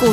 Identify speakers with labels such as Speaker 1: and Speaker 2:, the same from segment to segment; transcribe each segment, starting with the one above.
Speaker 1: 股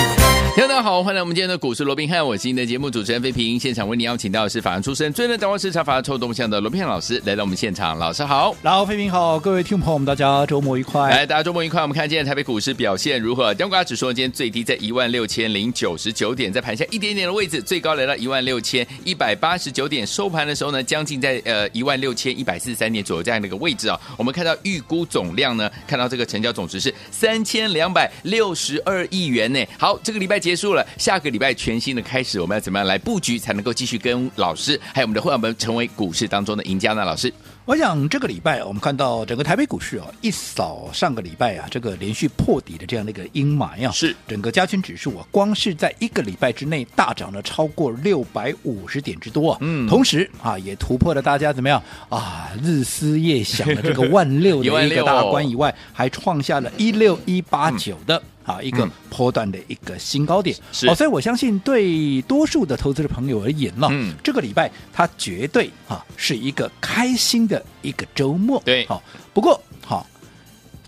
Speaker 2: 听众大家好，欢迎来我们今天的股市罗宾汉，我是您的节目主持人费平。现场为您邀请到的是法案出身、最能掌握市场法案臭动向的罗宾汉老师来到我们现场，老师好。
Speaker 3: 然后，飞平好，各位听众朋友们，大家周末愉快。
Speaker 2: 来，大家周末愉快。我们看今天台北股市表现如何？中国指数今天最低在一万六千零九十九点，在盘下一点点的位置，最高来到一万六千一百八十九点，收盘的时候呢，将近在呃一万六千一百四十三点左右这样的一个位置啊、我们看到预估总量呢，看到这个成交总值是三千两百六十二亿元呢。好，这个礼拜结束了，下个礼拜全新的开始，我们要怎么样来布局才能够继续跟老师还有我们的会员们成为股市当中的赢家呢？老师，
Speaker 3: 我想这个礼拜啊我们看到整个台北股市哦，一扫上个礼拜啊这个连续破底的这样的一个阴霾啊，
Speaker 2: 是
Speaker 3: 整个加权指数啊，光是在一个礼拜之内大涨了超过六百五十点之多啊，
Speaker 2: 嗯
Speaker 3: 同时啊也突破了大家怎么样啊日思夜想的 这个万六的一个大关以外，还创下了一六一八九的。啊，一个
Speaker 2: 嗯
Speaker 3: 波段的一个新高点，
Speaker 2: 是
Speaker 3: 哦，所以我相信对多数的投资的朋友而言呢、
Speaker 2: 嗯
Speaker 3: 这个礼拜它绝对啊是一个开心的一个周末。
Speaker 2: 对
Speaker 3: 好、不过好、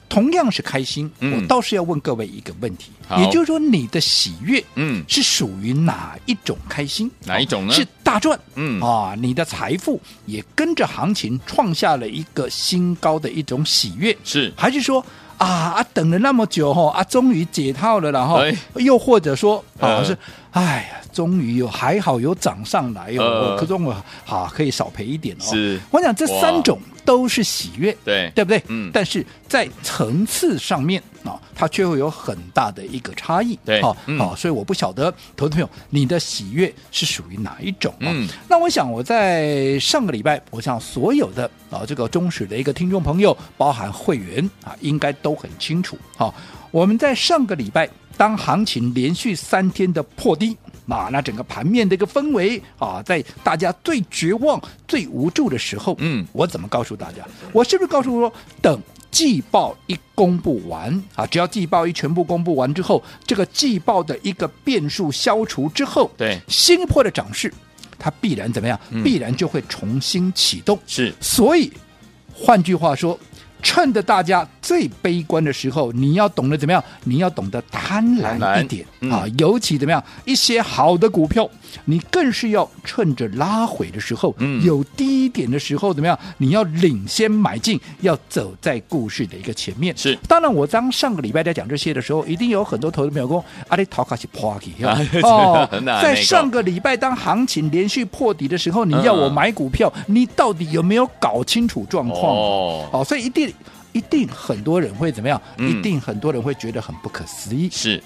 Speaker 3: 同样是开心，
Speaker 2: 嗯
Speaker 3: 我倒是要问各位一个问题，
Speaker 2: 好
Speaker 3: 也就是说你的喜悦，
Speaker 2: 嗯
Speaker 3: 是属于哪一种开心？
Speaker 2: 哪一种呢
Speaker 3: 是大赚，
Speaker 2: 嗯
Speaker 3: 啊，你的财富也跟着行情创下了一个新高的一种喜悦，
Speaker 2: 是
Speaker 3: 还是说？啊啊！等了那么久哈、啊，终于解套了，然后、
Speaker 2: 哎
Speaker 3: 又或者说啊、
Speaker 2: 呃
Speaker 3: 是，哎呀，终于有还好有涨上来哦，
Speaker 2: 呃
Speaker 3: 可中我好可以少赔一点哦。
Speaker 2: 是
Speaker 3: 我想这
Speaker 2: 哇
Speaker 3: 三种都是喜悦，
Speaker 2: 对
Speaker 3: 对不对？
Speaker 2: 嗯
Speaker 3: 但是在层次上面啊、它却会有很大的一个差异。
Speaker 2: 对
Speaker 3: 好、好、
Speaker 2: 嗯
Speaker 3: 所以我不晓得投资朋友你的喜悦是属于哪一种、啊。
Speaker 2: 嗯，
Speaker 3: 那我想我在上个礼拜，我想所有的啊这个忠实的一个听众朋友，包含会员啊，应该都很清楚。好、我们在上个礼拜，当行情连续三天的破低。啊，那整个盘面的一个氛围啊，在大家最绝望、最无助的时候，
Speaker 2: 嗯
Speaker 3: 我怎么告诉大家？我是不是告诉说，等季报一公布完啊，只要季报一全部公布完之后，这个季报的一个变数消除之后，
Speaker 2: 对
Speaker 3: 新破的涨势，它必然怎么样？必然就会重新启动。
Speaker 2: 是
Speaker 3: 所以，换句话说，趁着大家最悲观的时候，你要懂得怎么样？你要懂得贪
Speaker 2: 贪婪
Speaker 3: 婪一点、
Speaker 2: 嗯
Speaker 3: 啊！尤其怎么样？一些好的股票，你更是要趁着拉回的时候，
Speaker 2: 嗯
Speaker 3: 有低点的时候，怎么样？你要领先买进，要走在故事的一个前面。
Speaker 2: 是
Speaker 3: 当然，我当上个礼拜在讲这些的时候，一定有很多投资朋友跟我啊，你逃卡是 party
Speaker 2: 啊真的很难
Speaker 3: 哦在
Speaker 2: 那个
Speaker 3: 上个礼拜当行情连续破底的时候，你要我
Speaker 2: 嗯
Speaker 3: 买股票，你到底有没有搞清楚状况？
Speaker 2: 哦
Speaker 3: 哦，所以一定一定很多人会怎么样？
Speaker 2: 嗯
Speaker 3: 一定很多人会觉得很不可思议。
Speaker 2: 是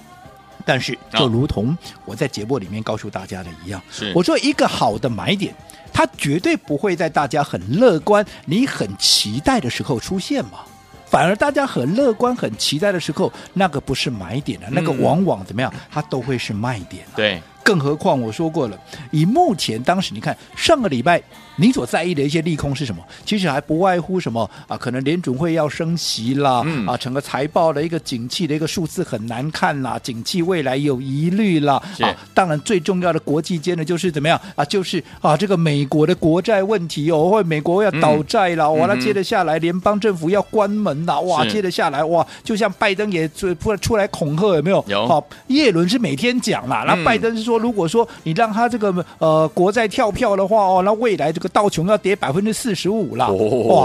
Speaker 3: 但是
Speaker 2: 啊
Speaker 3: 就如同我在节目里面告诉大家的一样，
Speaker 2: 是
Speaker 3: 我说一个好的买点，它绝对不会在大家很乐观、你很期待的时候出现嘛。反而大家很乐观、很期待的时候，那个不是买点啊，那
Speaker 2: 嗯
Speaker 3: 个往往怎么样，它都会是卖点啊、
Speaker 2: 对
Speaker 3: 更何况我说过了，以目前当时你看上个礼拜你所在意的一些利空是什么？其实还不外乎什么啊，可能联准会要升息啦，
Speaker 2: 嗯
Speaker 3: 啊，整个财报的一个景气的一个数字很难看啦，景气未来有疑虑啦，
Speaker 2: 是
Speaker 3: 啊，当然最重要的国际间的就是怎么样啊，就是啊这个美国的国债问题哦，或者美国要倒债啦，哇，那
Speaker 2: 嗯哼
Speaker 3: 接着下来联邦政府要关门啦，哇，
Speaker 2: 是
Speaker 3: 接着下来哇，就像拜登也出出来恐吓有没有？
Speaker 2: 有
Speaker 3: 好，耶伦是每天讲啦，那
Speaker 2: 嗯
Speaker 3: 拜登。但是说，如果说你让他这个呃国债跳票的话哦，那未来这个道琼要跌百分之四十五啦，
Speaker 2: 哦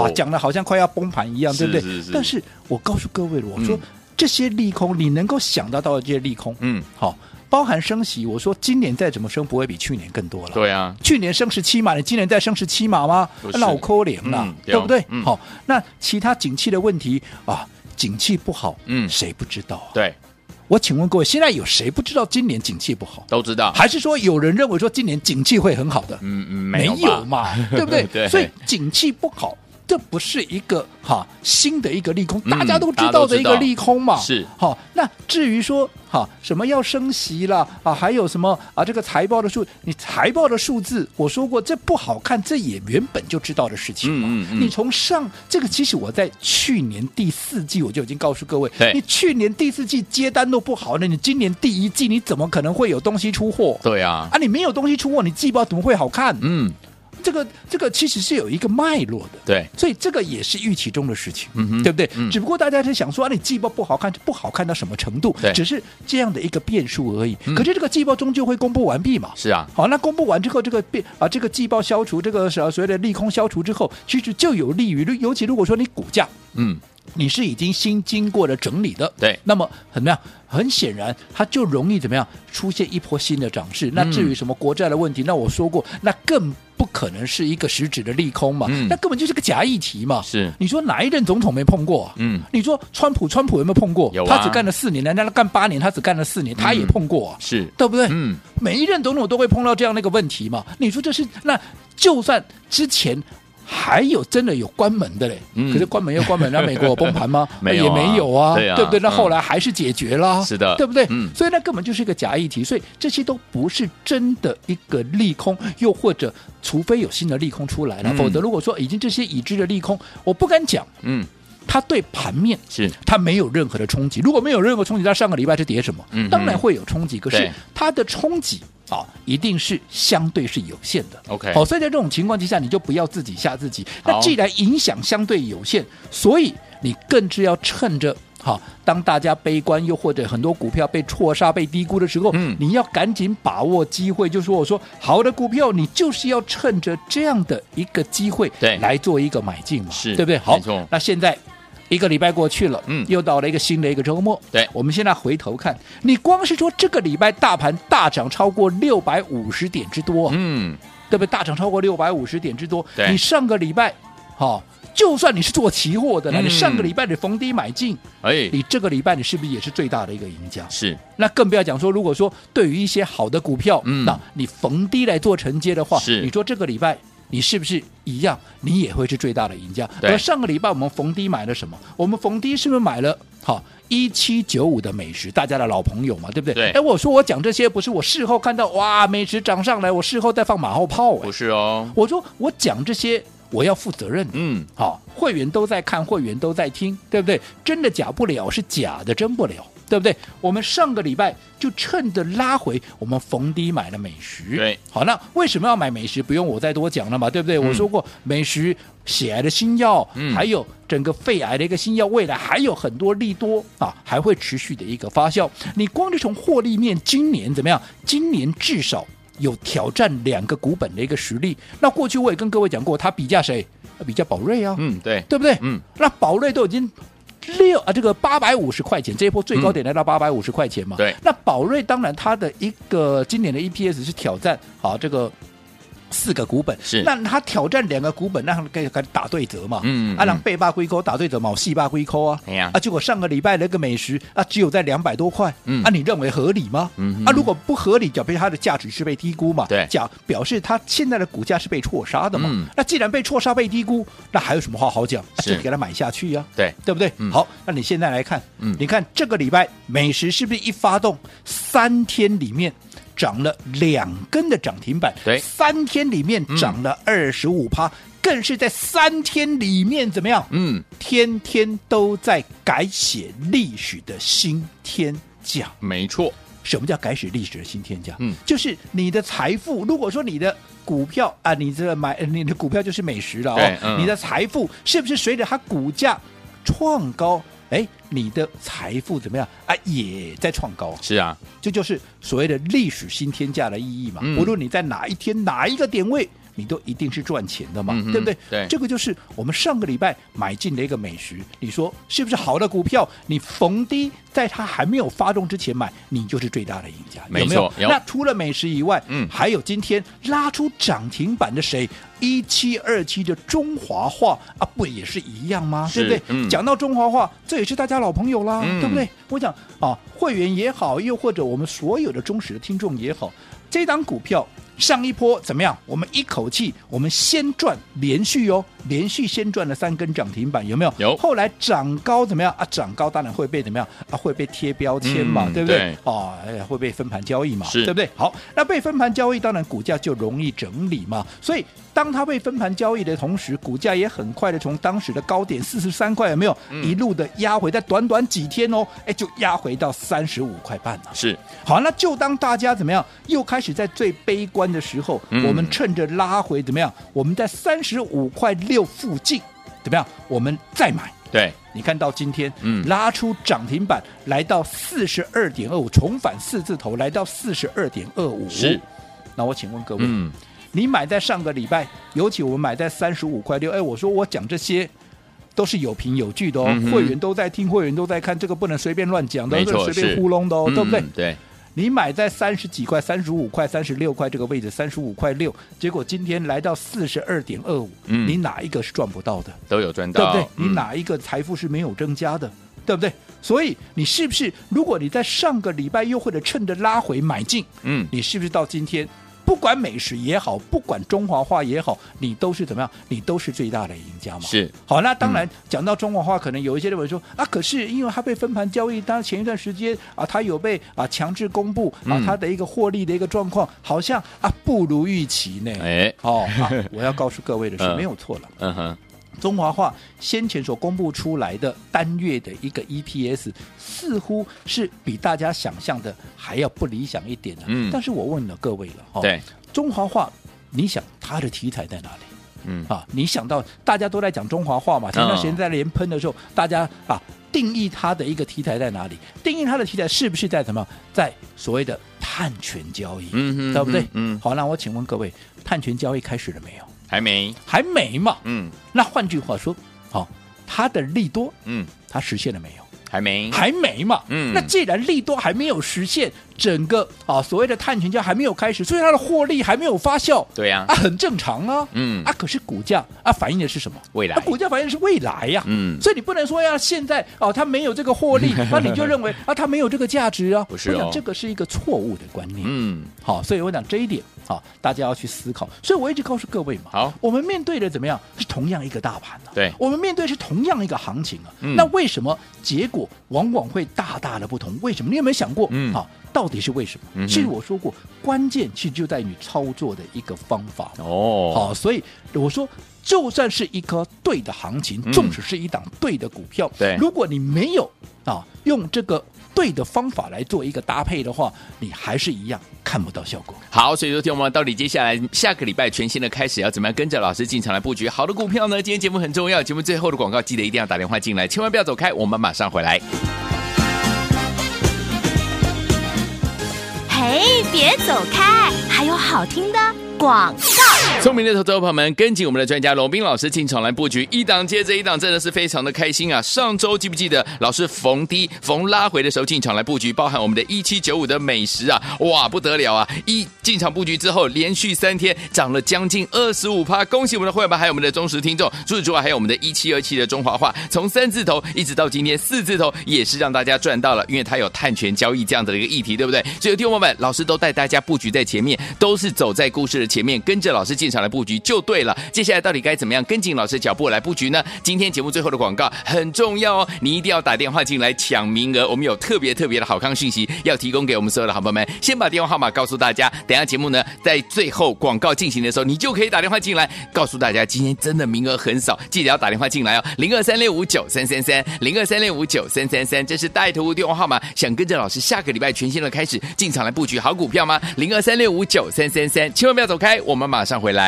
Speaker 3: 哇，讲的好像快要崩盘一样，
Speaker 2: 是
Speaker 3: 对不对？
Speaker 2: 是是
Speaker 3: 但是我告诉各位了，我
Speaker 2: 嗯
Speaker 3: 说、这些利空，你能够想得到的这些利空，
Speaker 2: 嗯
Speaker 3: 好、包含升息，我说今年再怎么升，不会比去年更多了。
Speaker 2: 对啊
Speaker 3: 去年升十七码，你今年再升十七码吗
Speaker 2: 不？是
Speaker 3: 那我扣脸了
Speaker 2: 嗯，对
Speaker 3: 对
Speaker 2: 哦
Speaker 3: 不对？好、
Speaker 2: 嗯
Speaker 3: 那其他景气的问题啊，景气不好，
Speaker 2: 嗯
Speaker 3: 谁不知道啊？
Speaker 2: 对
Speaker 3: 我请问各位，现在有谁不知道今年景气不好？
Speaker 2: 都知道
Speaker 3: 还是说有人认为说今年景气会很好的？
Speaker 2: 嗯嗯
Speaker 3: 没
Speaker 2: 有吧
Speaker 3: 嘛，对不对？
Speaker 2: 对
Speaker 3: 所以景气不好，这不是一个哈新的一个利空，
Speaker 2: 嗯
Speaker 3: 大家都知道的一个利空嘛。
Speaker 2: 大家都知道是
Speaker 3: 好，那至于说哈什么要升息啦啊，还有什么啊这个财报的数，你财报的数字，我说过这不好看，这也原本就知道的事情嘛。
Speaker 2: 嗯嗯嗯
Speaker 3: 你从上这个，其实我在去年第四季我就已经告诉各位
Speaker 2: 对，
Speaker 3: 你去年第四季接单都不好，那你今年第一季你怎么可能会有东西出货？
Speaker 2: 对啊，
Speaker 3: 啊，你没有东西出货，你季报怎么会好看？
Speaker 2: 嗯，
Speaker 3: 这个这个其实是有一个脉络的。
Speaker 2: 对，
Speaker 3: 所以这个也是预期中的事情，
Speaker 2: 嗯哼
Speaker 3: 对不对？
Speaker 2: 嗯
Speaker 3: 只不过大家是想说，啊，你季报不好看，不好看到什么程度
Speaker 2: 对？
Speaker 3: 只是这样的一个变数而已。
Speaker 2: 嗯
Speaker 3: 可是这个季报终究会公布完毕嘛？
Speaker 2: 是啊，
Speaker 3: 好，那公布完之后，这个变啊，这个季报消除，这个呃所所谓的利空消除之后，其实就有利于，尤其如果说你股价
Speaker 2: 嗯，
Speaker 3: 你是已经新经过了整理的，
Speaker 2: 对
Speaker 3: 那么怎么样？很显然，它就容易怎么样出现一波新的涨势。
Speaker 2: 嗯
Speaker 3: 那至于什么国债的问题，那我说过，那更不可能是一个实质的利空嘛，
Speaker 2: 嗯
Speaker 3: 那根本就是个假议题嘛。
Speaker 2: 是
Speaker 3: 你说哪一任总统没碰过、啊？
Speaker 2: 嗯，
Speaker 3: 你说川普，川普有没有碰过？
Speaker 2: 有啊嗯
Speaker 3: 他只干了四年，人家干八年，他只干了四年，他也碰过、啊，
Speaker 2: 是，
Speaker 3: 对不对？
Speaker 2: 嗯，
Speaker 3: 每一任总统都会碰到这样的一个问题嘛。你说这是那就算之前。还有真的有关门的嘞，
Speaker 2: 嗯？
Speaker 3: 可是关门又关门，那美国有崩盘吗
Speaker 2: 没有啊
Speaker 3: 也没有啊，
Speaker 2: 对啊
Speaker 3: 不对？那
Speaker 2: 嗯
Speaker 3: 后来还是解决啦，
Speaker 2: 是的
Speaker 3: 对不对？
Speaker 2: 嗯
Speaker 3: 所以那根本就是一个假议题，所以这些都不是真的一个利空，又或者除非有新的利空出来了，
Speaker 2: 嗯
Speaker 3: 否则如果说已经这些已知的利空，我不敢讲
Speaker 2: 嗯，
Speaker 3: 它对盘面
Speaker 2: 是，
Speaker 3: 它没有任何的冲击。如果没有任何冲击，它上个礼拜是跌什么？
Speaker 2: 嗯哼
Speaker 3: 当然会有冲击，可
Speaker 2: 对
Speaker 3: 是它的冲击啊、一定是相对是有限的。
Speaker 2: OK
Speaker 3: 好、所以在这种情况之下，你就不要自己吓自己。
Speaker 2: 好
Speaker 3: 那既然影响相对有限，所以你更是要趁着。好，当大家悲观，又或者很多股票被错杀、被低估的时候，
Speaker 2: 嗯
Speaker 3: 你要赶紧把握机会。就说我说，好的股票，你就是要趁着这样的一个机会，
Speaker 2: 对
Speaker 3: 来做一个买进嘛，
Speaker 2: 是
Speaker 3: 对不对？好
Speaker 2: 没错，
Speaker 3: 那现在一个礼拜过去了，
Speaker 2: 嗯
Speaker 3: 又到了一个新的一个周末。
Speaker 2: 对
Speaker 3: 我们现在回头看，你光是说这个礼拜大盘大涨超过六百五十点之多，
Speaker 2: 嗯，
Speaker 3: 对不对？大涨超过六百五十点之多
Speaker 2: 对，
Speaker 3: 你上个礼拜，好、就算你是做期货的了，
Speaker 2: 嗯
Speaker 3: 你上个礼拜你逢低买进，
Speaker 2: 哎，
Speaker 3: 你这个礼拜你是不是也是最大的一个赢家？
Speaker 2: 是，
Speaker 3: 那更不要讲说，如果说对于一些好的股票，
Speaker 2: 嗯
Speaker 3: 那你逢低来做承接的话，
Speaker 2: 是
Speaker 3: 你说这个礼拜。你是不是一样？你也会是最大的赢家。
Speaker 2: 对
Speaker 3: 而上个礼拜我们逢低买了什么？我们逢低是不是买了好一七九五的美食？大家的老朋友嘛，对不对？
Speaker 2: 对
Speaker 3: 哎，我说我讲这些不是我事后看到哇，美食涨上来，我事后再放马后炮哎
Speaker 2: 不。是哦，
Speaker 3: 我说我讲这些，我要负责任的。
Speaker 2: 嗯，
Speaker 3: 好，会员都在看，会员都在听，对不对？真的假不了，是假的真不了，对不对？我们上个礼拜就趁着拉回，我们逢低买了美食。
Speaker 2: 对，
Speaker 3: 好，那为什么要买美食？不用我再多讲了嘛，对不对？
Speaker 2: 嗯
Speaker 3: 我说过，美食血癌的新药，
Speaker 2: 嗯
Speaker 3: 还有整个肺癌的一个新药，未来还有很多利多啊，还会持续的一个发酵。你光是从获利面，今年怎么样？今年至少。有挑战两个股本的一个实力，那过去我也跟各位讲过，它比价谁？比价宝瑞啊，
Speaker 2: 嗯，对，
Speaker 3: 对不对？
Speaker 2: 嗯，
Speaker 3: 那宝瑞都已经六啊，这个八百五十块钱，这一波最高点来到八百五十块钱嘛。
Speaker 2: 嗯对
Speaker 3: 那宝瑞当然它的一个今年的 EPS 是挑战好这个。四个股本
Speaker 2: 是
Speaker 3: 那它挑战两个股本，那给给打对折嘛？
Speaker 2: 嗯
Speaker 3: 啊，
Speaker 2: 嗯
Speaker 3: 让贝巴龟抠打对折嘛，我细巴龟抠啊，
Speaker 2: 哎呀
Speaker 3: 啊，结果上个礼拜那个美食啊，只有在两百多块，
Speaker 2: 嗯
Speaker 3: 啊，你认为合理吗？
Speaker 2: 嗯哼
Speaker 3: 啊，如果不合理，表示它的价值是被低估嘛？
Speaker 2: 对
Speaker 3: 讲表示它现在的股价是被错杀的嘛？
Speaker 2: 嗯
Speaker 3: 那既然被错杀、被低估，那还有什么话好讲？啊
Speaker 2: 是
Speaker 3: 就给它买下去呀、啊
Speaker 2: 对，
Speaker 3: 对不对？
Speaker 2: 嗯
Speaker 3: 好，那你现在来看，
Speaker 2: 嗯
Speaker 3: 你看这个礼拜美食是不是一发动，三天里面涨了两根的涨停板，
Speaker 2: 对嗯
Speaker 3: 三天里面涨了二十五趴，更是在三天里面怎么样？
Speaker 2: 嗯，
Speaker 3: 天天都在改写历史的新天价。
Speaker 2: 没错，
Speaker 3: 什么叫改写历史的新天价？
Speaker 2: 嗯
Speaker 3: 就是你的财富。如果说你的股票啊，你这买呃你的股票就是美食了
Speaker 2: 对
Speaker 3: 哦，
Speaker 2: 嗯
Speaker 3: 你的财富是不是随着它股价创高，哎，你的财富怎么样啊？也在创高啊，
Speaker 2: 是啊，
Speaker 3: 这就是所谓的历史新天价的意义嘛。
Speaker 2: 嗯
Speaker 3: 无论你在哪一天哪一个点位。你都一定是赚钱的嘛，
Speaker 2: 嗯哼
Speaker 3: 对不对？
Speaker 2: 对
Speaker 3: 这个就是我们上个礼拜买进的一个美食。你说是不是好的股票？你逢低在它还没有发动之前买，你就是最大的赢家，
Speaker 2: 没
Speaker 3: 有没有
Speaker 2: 错有
Speaker 3: 那除了美食以外，
Speaker 2: 嗯
Speaker 3: 还有今天拉出涨停板的谁？一七二七的中华化啊，不也是一样吗？对
Speaker 2: 是
Speaker 3: 不对？
Speaker 2: 嗯
Speaker 3: 讲到中华化，这也是大家老朋友啦，
Speaker 2: 嗯
Speaker 3: 对不对？我讲啊，会员也好，又或者我们所有的忠实的听众也好，这档股票上一波怎么样？我们一口气，我们先赚连续哦，连续先赚了三根涨停板，有没有？
Speaker 2: 有
Speaker 3: 后来涨高怎么样啊？涨高当然会被怎么样啊？会被贴标签嘛，
Speaker 2: 嗯
Speaker 3: 对不对？
Speaker 2: 对
Speaker 3: 哦，哎呀，会被分盘交易嘛，
Speaker 2: 是
Speaker 3: 对不对？好，那被分盘交易，当然股价就容易整理嘛。所以，当它被分盘交易的同时，股价也很快的从当时的高点四十三块，有没有、一路的压回，在短短几天哦，哎，就压回到三十五块半了、
Speaker 2: 是
Speaker 3: 好，那就当大家怎么样，又开始在最悲观的时候，
Speaker 2: 嗯
Speaker 3: 我们趁着拉回怎么样？我们在三十五块六附近怎么样？我们再买。
Speaker 2: 对，
Speaker 3: 你看到今天，
Speaker 2: 嗯
Speaker 3: 拉出涨停板，来到四十二点二五，重返四字头，来到四十二点二五。
Speaker 2: 是，
Speaker 3: 那我请问各位，
Speaker 2: 嗯，
Speaker 3: 你买在上个礼拜，尤其我们买在三十五块六，哎，我说我讲这些。都是有凭有据的哦，
Speaker 2: 嗯哼
Speaker 3: 会员都在听，会员都在看，这个不能随便乱讲的，
Speaker 2: 没
Speaker 3: 不能
Speaker 2: 错，
Speaker 3: 随
Speaker 2: 是
Speaker 3: 便糊弄的哦，对不对？
Speaker 2: 嗯对，
Speaker 3: 你买在三十几块、三十五块、三十六块这个位置，三十五块六，结果今天来到四十二点二五，
Speaker 2: 嗯
Speaker 3: 你哪一个是赚不到的？
Speaker 2: 都有赚
Speaker 3: 对
Speaker 2: 到，
Speaker 3: 不对？你
Speaker 2: 嗯？
Speaker 3: 哪一个财富是没有增加的，对不对？所以你是不是，如果你在上个礼拜又或者趁着拉回买进，
Speaker 2: 嗯，
Speaker 3: 你是不是到今天，不管美食也好，不管中华话也好，你都是怎么样？你都是最大的赢家嘛？
Speaker 2: 是
Speaker 3: 好，那当然、
Speaker 2: 嗯
Speaker 3: 讲到中国话，可能有一些认为说啊，可是因为它被分盘交易，当然前一段时间啊，它有被啊强制公布啊
Speaker 2: 嗯
Speaker 3: 它的一个获利的一个状况，好像啊不如预期呢。
Speaker 2: 哎，
Speaker 3: 哦、啊，我要告诉各位的是，
Speaker 2: 嗯
Speaker 3: 没有错了。
Speaker 2: 嗯哼，
Speaker 3: 中华化先前所公布出来的单月的一个 EPS，似乎是比大家想象的还要不理想一点的、啊
Speaker 2: 嗯
Speaker 3: 但是我问了各位了，哦
Speaker 2: 对，
Speaker 3: 中华化，你想它的题材在哪里？
Speaker 2: 嗯
Speaker 3: 啊，你想到大家都在讲中华话嘛？前段时间在连喷的时候，大家啊定义它的一个题材在哪里？定义它的题材是不是在什么？在所谓的碳权交易，
Speaker 2: 嗯哼
Speaker 3: 对不对？
Speaker 2: 嗯嗯
Speaker 3: 好，那我请问各位，碳权交易开始了没有？
Speaker 2: 还没，
Speaker 3: 还没嘛？
Speaker 2: 嗯
Speaker 3: 那换句话说，好、它的利多
Speaker 2: 嗯，
Speaker 3: 它实现了没有？
Speaker 2: 还没，
Speaker 3: 还没嘛。
Speaker 2: 嗯
Speaker 3: 那既然利多还没有实现，整个啊所谓的碳权价还没有开始，所以它的获利还没有发酵，
Speaker 2: 对呀
Speaker 3: 啊，，很正常啊。
Speaker 2: 嗯
Speaker 3: 啊，可是股价啊反映的是什么？
Speaker 2: 未来
Speaker 3: 啊股价反映的是未来呀、
Speaker 2: 嗯
Speaker 3: 所以你不能说呀，现在哦，它没有这个 获利，那你就认为啊，它没有这个价值啊。
Speaker 2: 不是哦
Speaker 3: 我想这个是一个错误的观念。
Speaker 2: 嗯，
Speaker 3: 好，所以我讲这一点，好，大家要去思考。所以我一直告诉各位嘛，
Speaker 2: 好
Speaker 3: 我们面对的怎么样是同样一个大盘呢、啊
Speaker 2: 对
Speaker 3: 我们面对是同样一个行情啊。
Speaker 2: 嗯
Speaker 3: 那为什么结果往往会大大的不同？为什么？你有没有想过？
Speaker 2: 嗯
Speaker 3: 好，到底是为什么？
Speaker 2: 嗯哼
Speaker 3: 其实我说过，关键其实就在于操作的一个方法。
Speaker 2: 哦，
Speaker 3: 好，所以我说，就算是一颗对的行情
Speaker 2: 嗯，
Speaker 3: 纵使是一档对的股票，
Speaker 2: 对
Speaker 3: 如果你没有啊用这个对的方法来做一个搭配的话，你还是一样看不到效果。
Speaker 2: 好，所以说听我们到底接下来下个礼拜全新的开始要怎么样跟着老师进场来布局好的股票呢？今天节目很重要，节目最后的广告记得一定要打电话进来，千万不要走开，我们马上回来。
Speaker 1: 嘿，别走开，还有好听的广告。
Speaker 2: 聪明的投资者朋友们，跟紧我们的专家龙斌老师进场来布局，一档接着一档，真的是非常的开心啊！上周记不记得老师逢低逢拉回的时候进场来布局，包含我们的一七九五的美食啊，哇不得了啊！一进场布局之后，连续三天涨了将近二十五趴，恭喜我们的会员们，还有我们的忠实听众。除此之外，啊还有我们的一七二七的中华话，从三字头一直到今天四字头，也是让大家赚到了，因为它有碳权交易这样的一个议题，对不对？所以听众朋友们，老师都带大家布局在前面，都是走在故事的前面，跟着老师进场来布局就对了。接下来到底该怎么样跟紧老师脚步来布局呢？今天节目最后的广告很重要哦，你一定要打电话进来抢名额，我们有特别特别的好康讯息要提供给我们所有的好朋友们。先把电话号码告诉大家，等一下节目呢在最后广告进行的时候，你就可以打电话进来，告诉大家今天真的名额很少，记得要打电话进来哦，零二三六五九三三三，零二三六五九三三三，这是带图电话号码。想跟着老师下个礼拜全新的开始进场来布局好股票吗？零二三六五九三三三，千万不要走开，我们马上回来。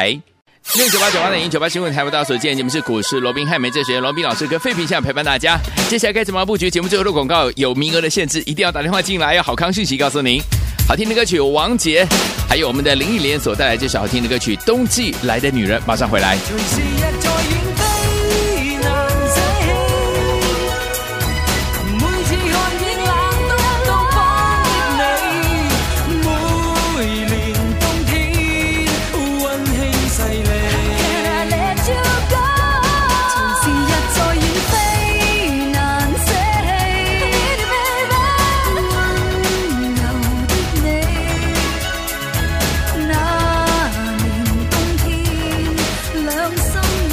Speaker 2: 六九八九八零九八新闻台，我大家所见，你们是股市罗宾汉梅哲学罗宾老师跟费平相陪伴大家。接下来该怎么布局？节目最后的广告有名额的限制，一定要打电话进来，要好康讯息告诉您。好听的歌曲，王杰，还有我们的林忆莲所带来这首好听的歌曲《冬季来的女人》，马上回来。
Speaker 4: 随时日在远飞，難捨棄。每次看見冷冬都想念你，每年冬天溫馨細膩。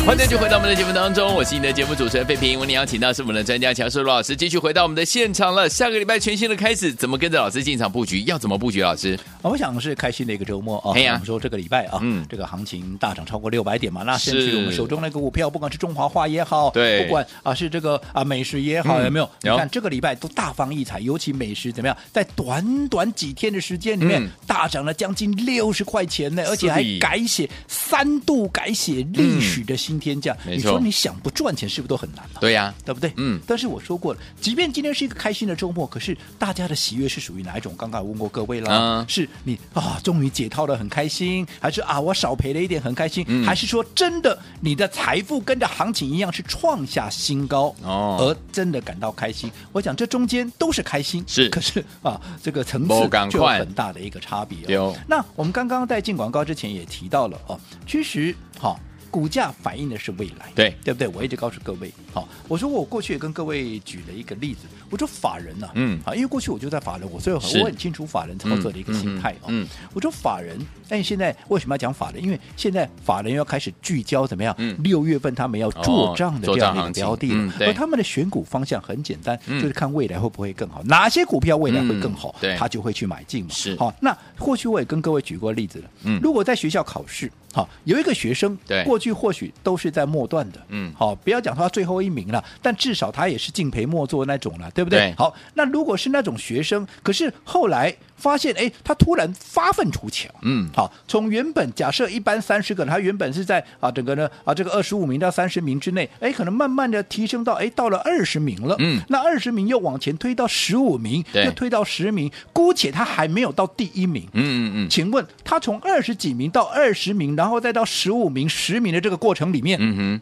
Speaker 2: 欢迎继续回到我们的节目当中，我是你的节目主持人费平。我们邀请到是我们的专家乔世罗老师，继续回到我们的现场了。下个礼拜全新的开始，怎么跟着老师进场布局？要怎么布局？老师，
Speaker 3: 啊我想是开心的一个周末啊。
Speaker 2: 哎呀
Speaker 3: 我们说这个礼拜啊，
Speaker 2: 嗯
Speaker 3: 这个行情大涨超过六百点嘛，那
Speaker 2: 是
Speaker 3: 甚至于我们手中那个股票，不管是中华化也好，
Speaker 2: 对
Speaker 3: 不管啊是这个啊美食也好，
Speaker 2: 嗯
Speaker 3: 有没有？你
Speaker 2: 有
Speaker 3: 看这个礼拜都大放异彩，尤其美食怎么样？在短短几天的时间里面，
Speaker 2: 嗯
Speaker 3: 大涨了将近六十块钱呢，而且还
Speaker 2: 是的
Speaker 3: 改写三度改写历史的新天价。
Speaker 2: 没
Speaker 3: 你
Speaker 2: 错
Speaker 3: 说你想不赚钱是不是都很难啊？
Speaker 2: 对呀、
Speaker 3: 对不对？
Speaker 2: 嗯
Speaker 3: 但是我说过了，即便今天是一个开心的周末，可是大家的喜悦是属于哪一种？刚刚我问过各位啦，
Speaker 2: 嗯
Speaker 3: 是你啊，终于解套了很开心，还是啊我少赔了一点很开心，
Speaker 2: 嗯
Speaker 3: 还是说真的你的财富跟着行情一样是创下新高
Speaker 2: 哦
Speaker 3: 而真的感到开心？我讲这中间都是开心，
Speaker 2: 是
Speaker 3: 可是啊这个层
Speaker 2: 不
Speaker 3: 次
Speaker 2: 赶
Speaker 3: 就有
Speaker 2: 快
Speaker 3: 很大的一个差别、哦。
Speaker 2: 对哦
Speaker 3: 那我们刚刚在进广告之前也提到了哦，其实哈、股价反映的是未来，
Speaker 2: 对
Speaker 3: 对不对？我一直告诉各位，好，我说我过去也跟各位举了一个例子，我说法人呐、啊，
Speaker 2: 嗯
Speaker 3: 啊，因为过去我就在法人，我所以很
Speaker 2: 是
Speaker 3: 我很清楚法人操作的一个心态哦。
Speaker 2: 嗯嗯嗯
Speaker 3: 我说法人，哎，现在为什么要讲法人？因为现在法人要开始聚焦怎么样
Speaker 2: 嗯？
Speaker 3: 六、月份他们要做账的
Speaker 2: 哦
Speaker 3: 这
Speaker 2: 做
Speaker 3: 样的
Speaker 2: 账
Speaker 3: 一
Speaker 2: 行
Speaker 3: 个
Speaker 2: 情
Speaker 3: 标的了，
Speaker 2: 嗯对
Speaker 3: 而他们的选股方向很简单，
Speaker 2: 嗯
Speaker 3: 就是看未来会不会更好，哪些股票未来会更好
Speaker 2: 嗯，对
Speaker 3: 他就会去买进嘛。
Speaker 2: 是
Speaker 3: 好，那或许我也跟各位举过例子了。
Speaker 2: 嗯
Speaker 3: 如果在学校考试，好有一个学生，
Speaker 2: 对
Speaker 3: 过去或许都是在末段的，
Speaker 2: 嗯
Speaker 3: 好，不要讲他最后一名了，但至少他也是敬陪末座那种了，对不对？
Speaker 2: 对
Speaker 3: 好，那如果是那种学生，可是后来发现，哎，他突然发愤图强，
Speaker 2: 嗯
Speaker 3: 好，从原本假设一般三十个人，他原本是在啊整个呢啊这个二十五名到三十名之内，哎，可能慢慢的提升到哎到了二十名了，
Speaker 2: 嗯
Speaker 3: 那二十名又往前推到十五名，
Speaker 2: 对
Speaker 3: 又推到十名，姑且他还没有到第一名，
Speaker 2: 嗯嗯嗯，
Speaker 3: 请问他从二十几名到二十名，然后再到十五名、十名的这个过程里面，
Speaker 2: 嗯哼，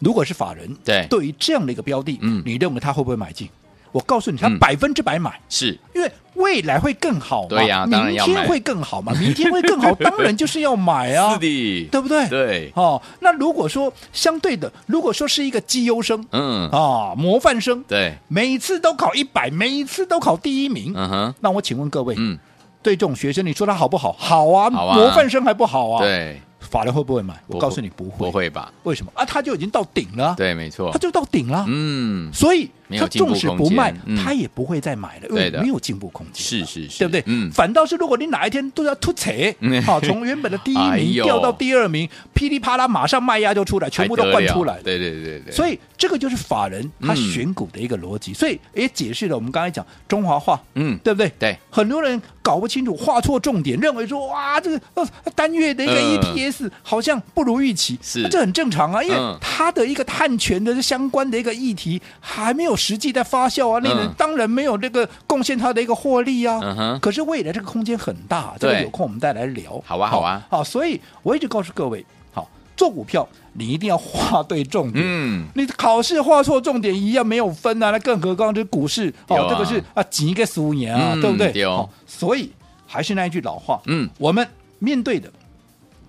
Speaker 3: 如果是法人，
Speaker 2: 对
Speaker 3: 对于这样的一个标的，
Speaker 2: 嗯
Speaker 3: 你认为他会不会买进？我告诉你，他
Speaker 2: 嗯
Speaker 3: 百分之百买。
Speaker 2: 是
Speaker 3: 因为未来会更好嘛，
Speaker 2: 对呀当然
Speaker 3: 明
Speaker 2: 要买
Speaker 3: 天会更好嘛，明天会更 好，当然就是要买啊，
Speaker 2: 是的，
Speaker 3: 对不对？
Speaker 2: 对，
Speaker 3: 哦，那如果说相对的，如果说是一个绩优生
Speaker 2: 嗯，
Speaker 3: 啊，模范生，
Speaker 2: 对，
Speaker 3: 每一次都考一百，每一次都考第一名，
Speaker 2: 嗯哼，
Speaker 3: 那我请问各位，
Speaker 2: 嗯，
Speaker 3: 对这种学生，你说他好不好？好啊，
Speaker 2: 好啊
Speaker 3: 模范生还不好啊？，
Speaker 2: 对，
Speaker 3: 法人会不会买？
Speaker 2: 不
Speaker 3: 我告诉你不会，
Speaker 2: 不，会吧？
Speaker 3: 为什么啊？他就已经到顶了啊，
Speaker 2: 对，没错
Speaker 3: 他，就到顶了，
Speaker 2: 嗯，
Speaker 3: 所以
Speaker 2: 没有
Speaker 3: 他
Speaker 2: 进步
Speaker 3: 纵使不卖
Speaker 2: 空间嗯，
Speaker 3: 他也不会再买了，因
Speaker 2: 对
Speaker 3: 为
Speaker 2: 的
Speaker 3: 没有进步空间
Speaker 2: 是
Speaker 3: 了。
Speaker 2: 是是，
Speaker 3: 对不对？
Speaker 2: 嗯，
Speaker 3: 反倒是如果你哪一天都要突扯
Speaker 2: 嗯，
Speaker 3: 好，从原本的第一
Speaker 2: 哎
Speaker 3: 名
Speaker 2: 呦
Speaker 3: 掉到第二名，噼里啪啦，马上卖压就出来，全部都
Speaker 2: 还得
Speaker 3: 灌
Speaker 2: 了
Speaker 3: 出来了。
Speaker 2: 对对对对，
Speaker 3: 所
Speaker 2: 以
Speaker 3: 以这个就是法人他
Speaker 2: 嗯
Speaker 3: 选股的一个逻辑，所以也解释了我们刚才讲中华化，
Speaker 2: 嗯，
Speaker 3: 对不对？
Speaker 2: 对，
Speaker 3: 很多人搞不清楚，画错重点，认为说哇，这个呃单月的一个
Speaker 2: 嗯
Speaker 3: EPS 好像不如预期，
Speaker 2: 是
Speaker 3: 那这很正常啊，因为
Speaker 2: 嗯
Speaker 3: 它的一个碳权的相关的一个议题还没有实际在发酵啊，那
Speaker 2: 嗯
Speaker 3: 人当然没有这个贡献它的一个获利啊。
Speaker 2: 嗯哼
Speaker 3: 可是未来这个空间很大，这个
Speaker 2: 对
Speaker 3: 有空我们再来聊。
Speaker 2: 好啊好啊
Speaker 3: 好，所以我一直告诉各位，好做股票你一定要画对重点。
Speaker 2: 嗯，
Speaker 3: 你考试画错重点一样没有分啊，那更何况这股市
Speaker 2: 对
Speaker 3: 哦，
Speaker 2: 啊
Speaker 3: 这个是啊几个十五年啊，
Speaker 2: 嗯
Speaker 3: 对不对？
Speaker 2: 对哦
Speaker 3: 所以还是那一句老话，
Speaker 2: 嗯，
Speaker 3: 我们面对的。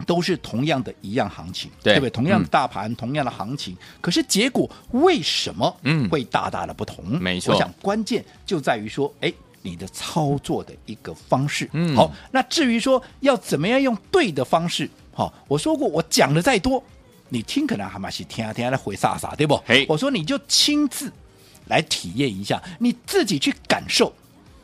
Speaker 3: 都是同样的一样行情，
Speaker 2: 对
Speaker 3: 不对？同样的
Speaker 2: 嗯
Speaker 3: 大盘，同样的行情，可是结果为什么
Speaker 2: 嗯
Speaker 3: 会大大的不同？
Speaker 2: 没错
Speaker 3: 我想关键就在于说，哎，你的操作的一个方式。
Speaker 2: 嗯
Speaker 3: 好，那至于说要怎么样用对的方式，好、我说过，我讲的再多，你听可能还蛮是听啊听啊来回撒撒，对不？
Speaker 2: 嘿
Speaker 3: 我说你就亲自来体验一下，你自己去感受。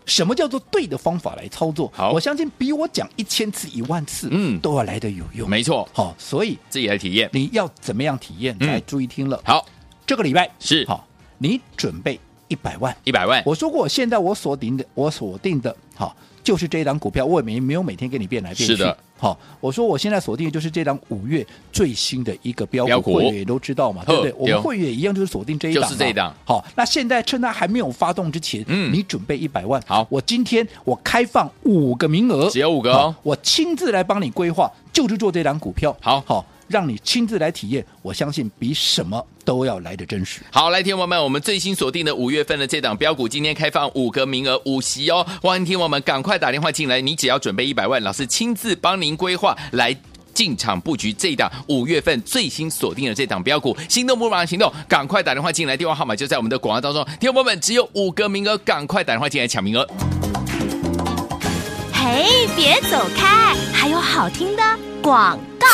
Speaker 3: 什么叫做对的方法来操作？
Speaker 2: 好
Speaker 3: 我相信比我讲一千次、一万次，
Speaker 2: 嗯
Speaker 3: 都要来得有用。
Speaker 2: 没错，
Speaker 3: 好、所以
Speaker 2: 自己来体验，
Speaker 3: 你要怎么样体验？
Speaker 2: 嗯
Speaker 3: 来注意听了。
Speaker 2: 好，
Speaker 3: 这个礼拜
Speaker 2: 是
Speaker 3: 好、你准备一百万。
Speaker 2: 一百万，
Speaker 3: 我说过，现在我锁定的，我锁定的，好、就是这一档股票，我也没没有每天给你变来变
Speaker 2: 是
Speaker 3: 去。
Speaker 2: 的，
Speaker 3: 好、我说我现在锁定的就是这档五月最新的一个标股，
Speaker 2: 标股
Speaker 3: 会员也都知道嘛，
Speaker 2: 呵
Speaker 3: 对不对？我
Speaker 2: 对哦
Speaker 3: 们会员也一样就是锁定这一档嘛，
Speaker 2: 就是这一档
Speaker 3: 好，那现在趁它还没有发动之前，
Speaker 2: 嗯
Speaker 3: 你准备一百万，
Speaker 2: 好
Speaker 3: 我今天我开放五个名额，
Speaker 2: 只有五个哦
Speaker 3: 好我亲自来帮你规划，就是做这档股票，
Speaker 2: 好
Speaker 3: 好，让你亲自来体验，我相信比什么都要来的真实。
Speaker 2: 好，来，听众朋友们，我们最新锁定的五月份的这档标股，今天开放五个名额，五席哦！欢迎听众朋友们赶快打电话进来，你只要准备一百万，老师亲自帮您规划来。进场布局这一档五月份最新锁定的这档标股，心动不如马上行动，赶快打电话进来，电话号码就在我们的广告当中。听众朋友们，只有五个名额，赶快打电话进来抢名额。
Speaker 1: 嘿，别走开，还有好听的广告。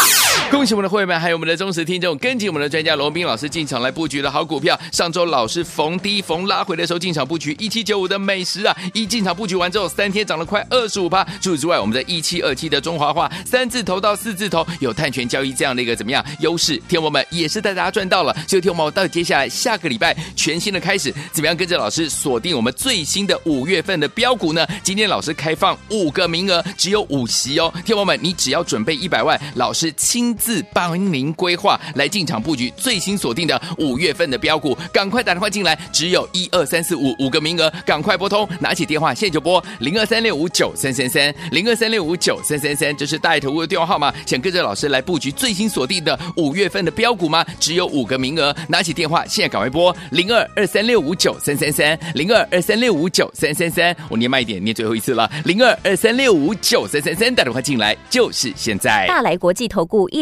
Speaker 2: 恭喜我们的会员们，还有我们的忠实听众，跟紧我们的专家罗斌老师进场来布局的好股票。上周老师逢低逢拉回的时候进场布局一七九五的美食啊，一进场布局完之后，三天涨了快二十五趴。除此之外，我们在一七二七的中华化三字头到四字头有碳权交易这样的一个怎么样优势，天王们也是带大家赚到了。所以天王们，我们到底接下来下个礼拜全新的开始，怎么样跟着老师锁定我们最新的五月份的标股呢？今天老师开放五个名额，只有五席哦。天王们，你只要准备一百万，老师亲自帮您规划来进场布局最新锁定的五月份的标股，赶快打电话进来，只有一二三四五五个名额，赶快拨通，拿起电话现在就拨零二三六五九三三三零二三六五九三三三，这是大头屋的电话号码。想跟着老师来布局最新锁定的五月份的标股吗？只有五个名额，拿起电话现在赶快拨零二二三六五九三三三零二二三六五九三三三，我念慢一点，念最后一次了，零二二三六五九三三三，打电话进来就是现在。
Speaker 1: 大来国际投顾一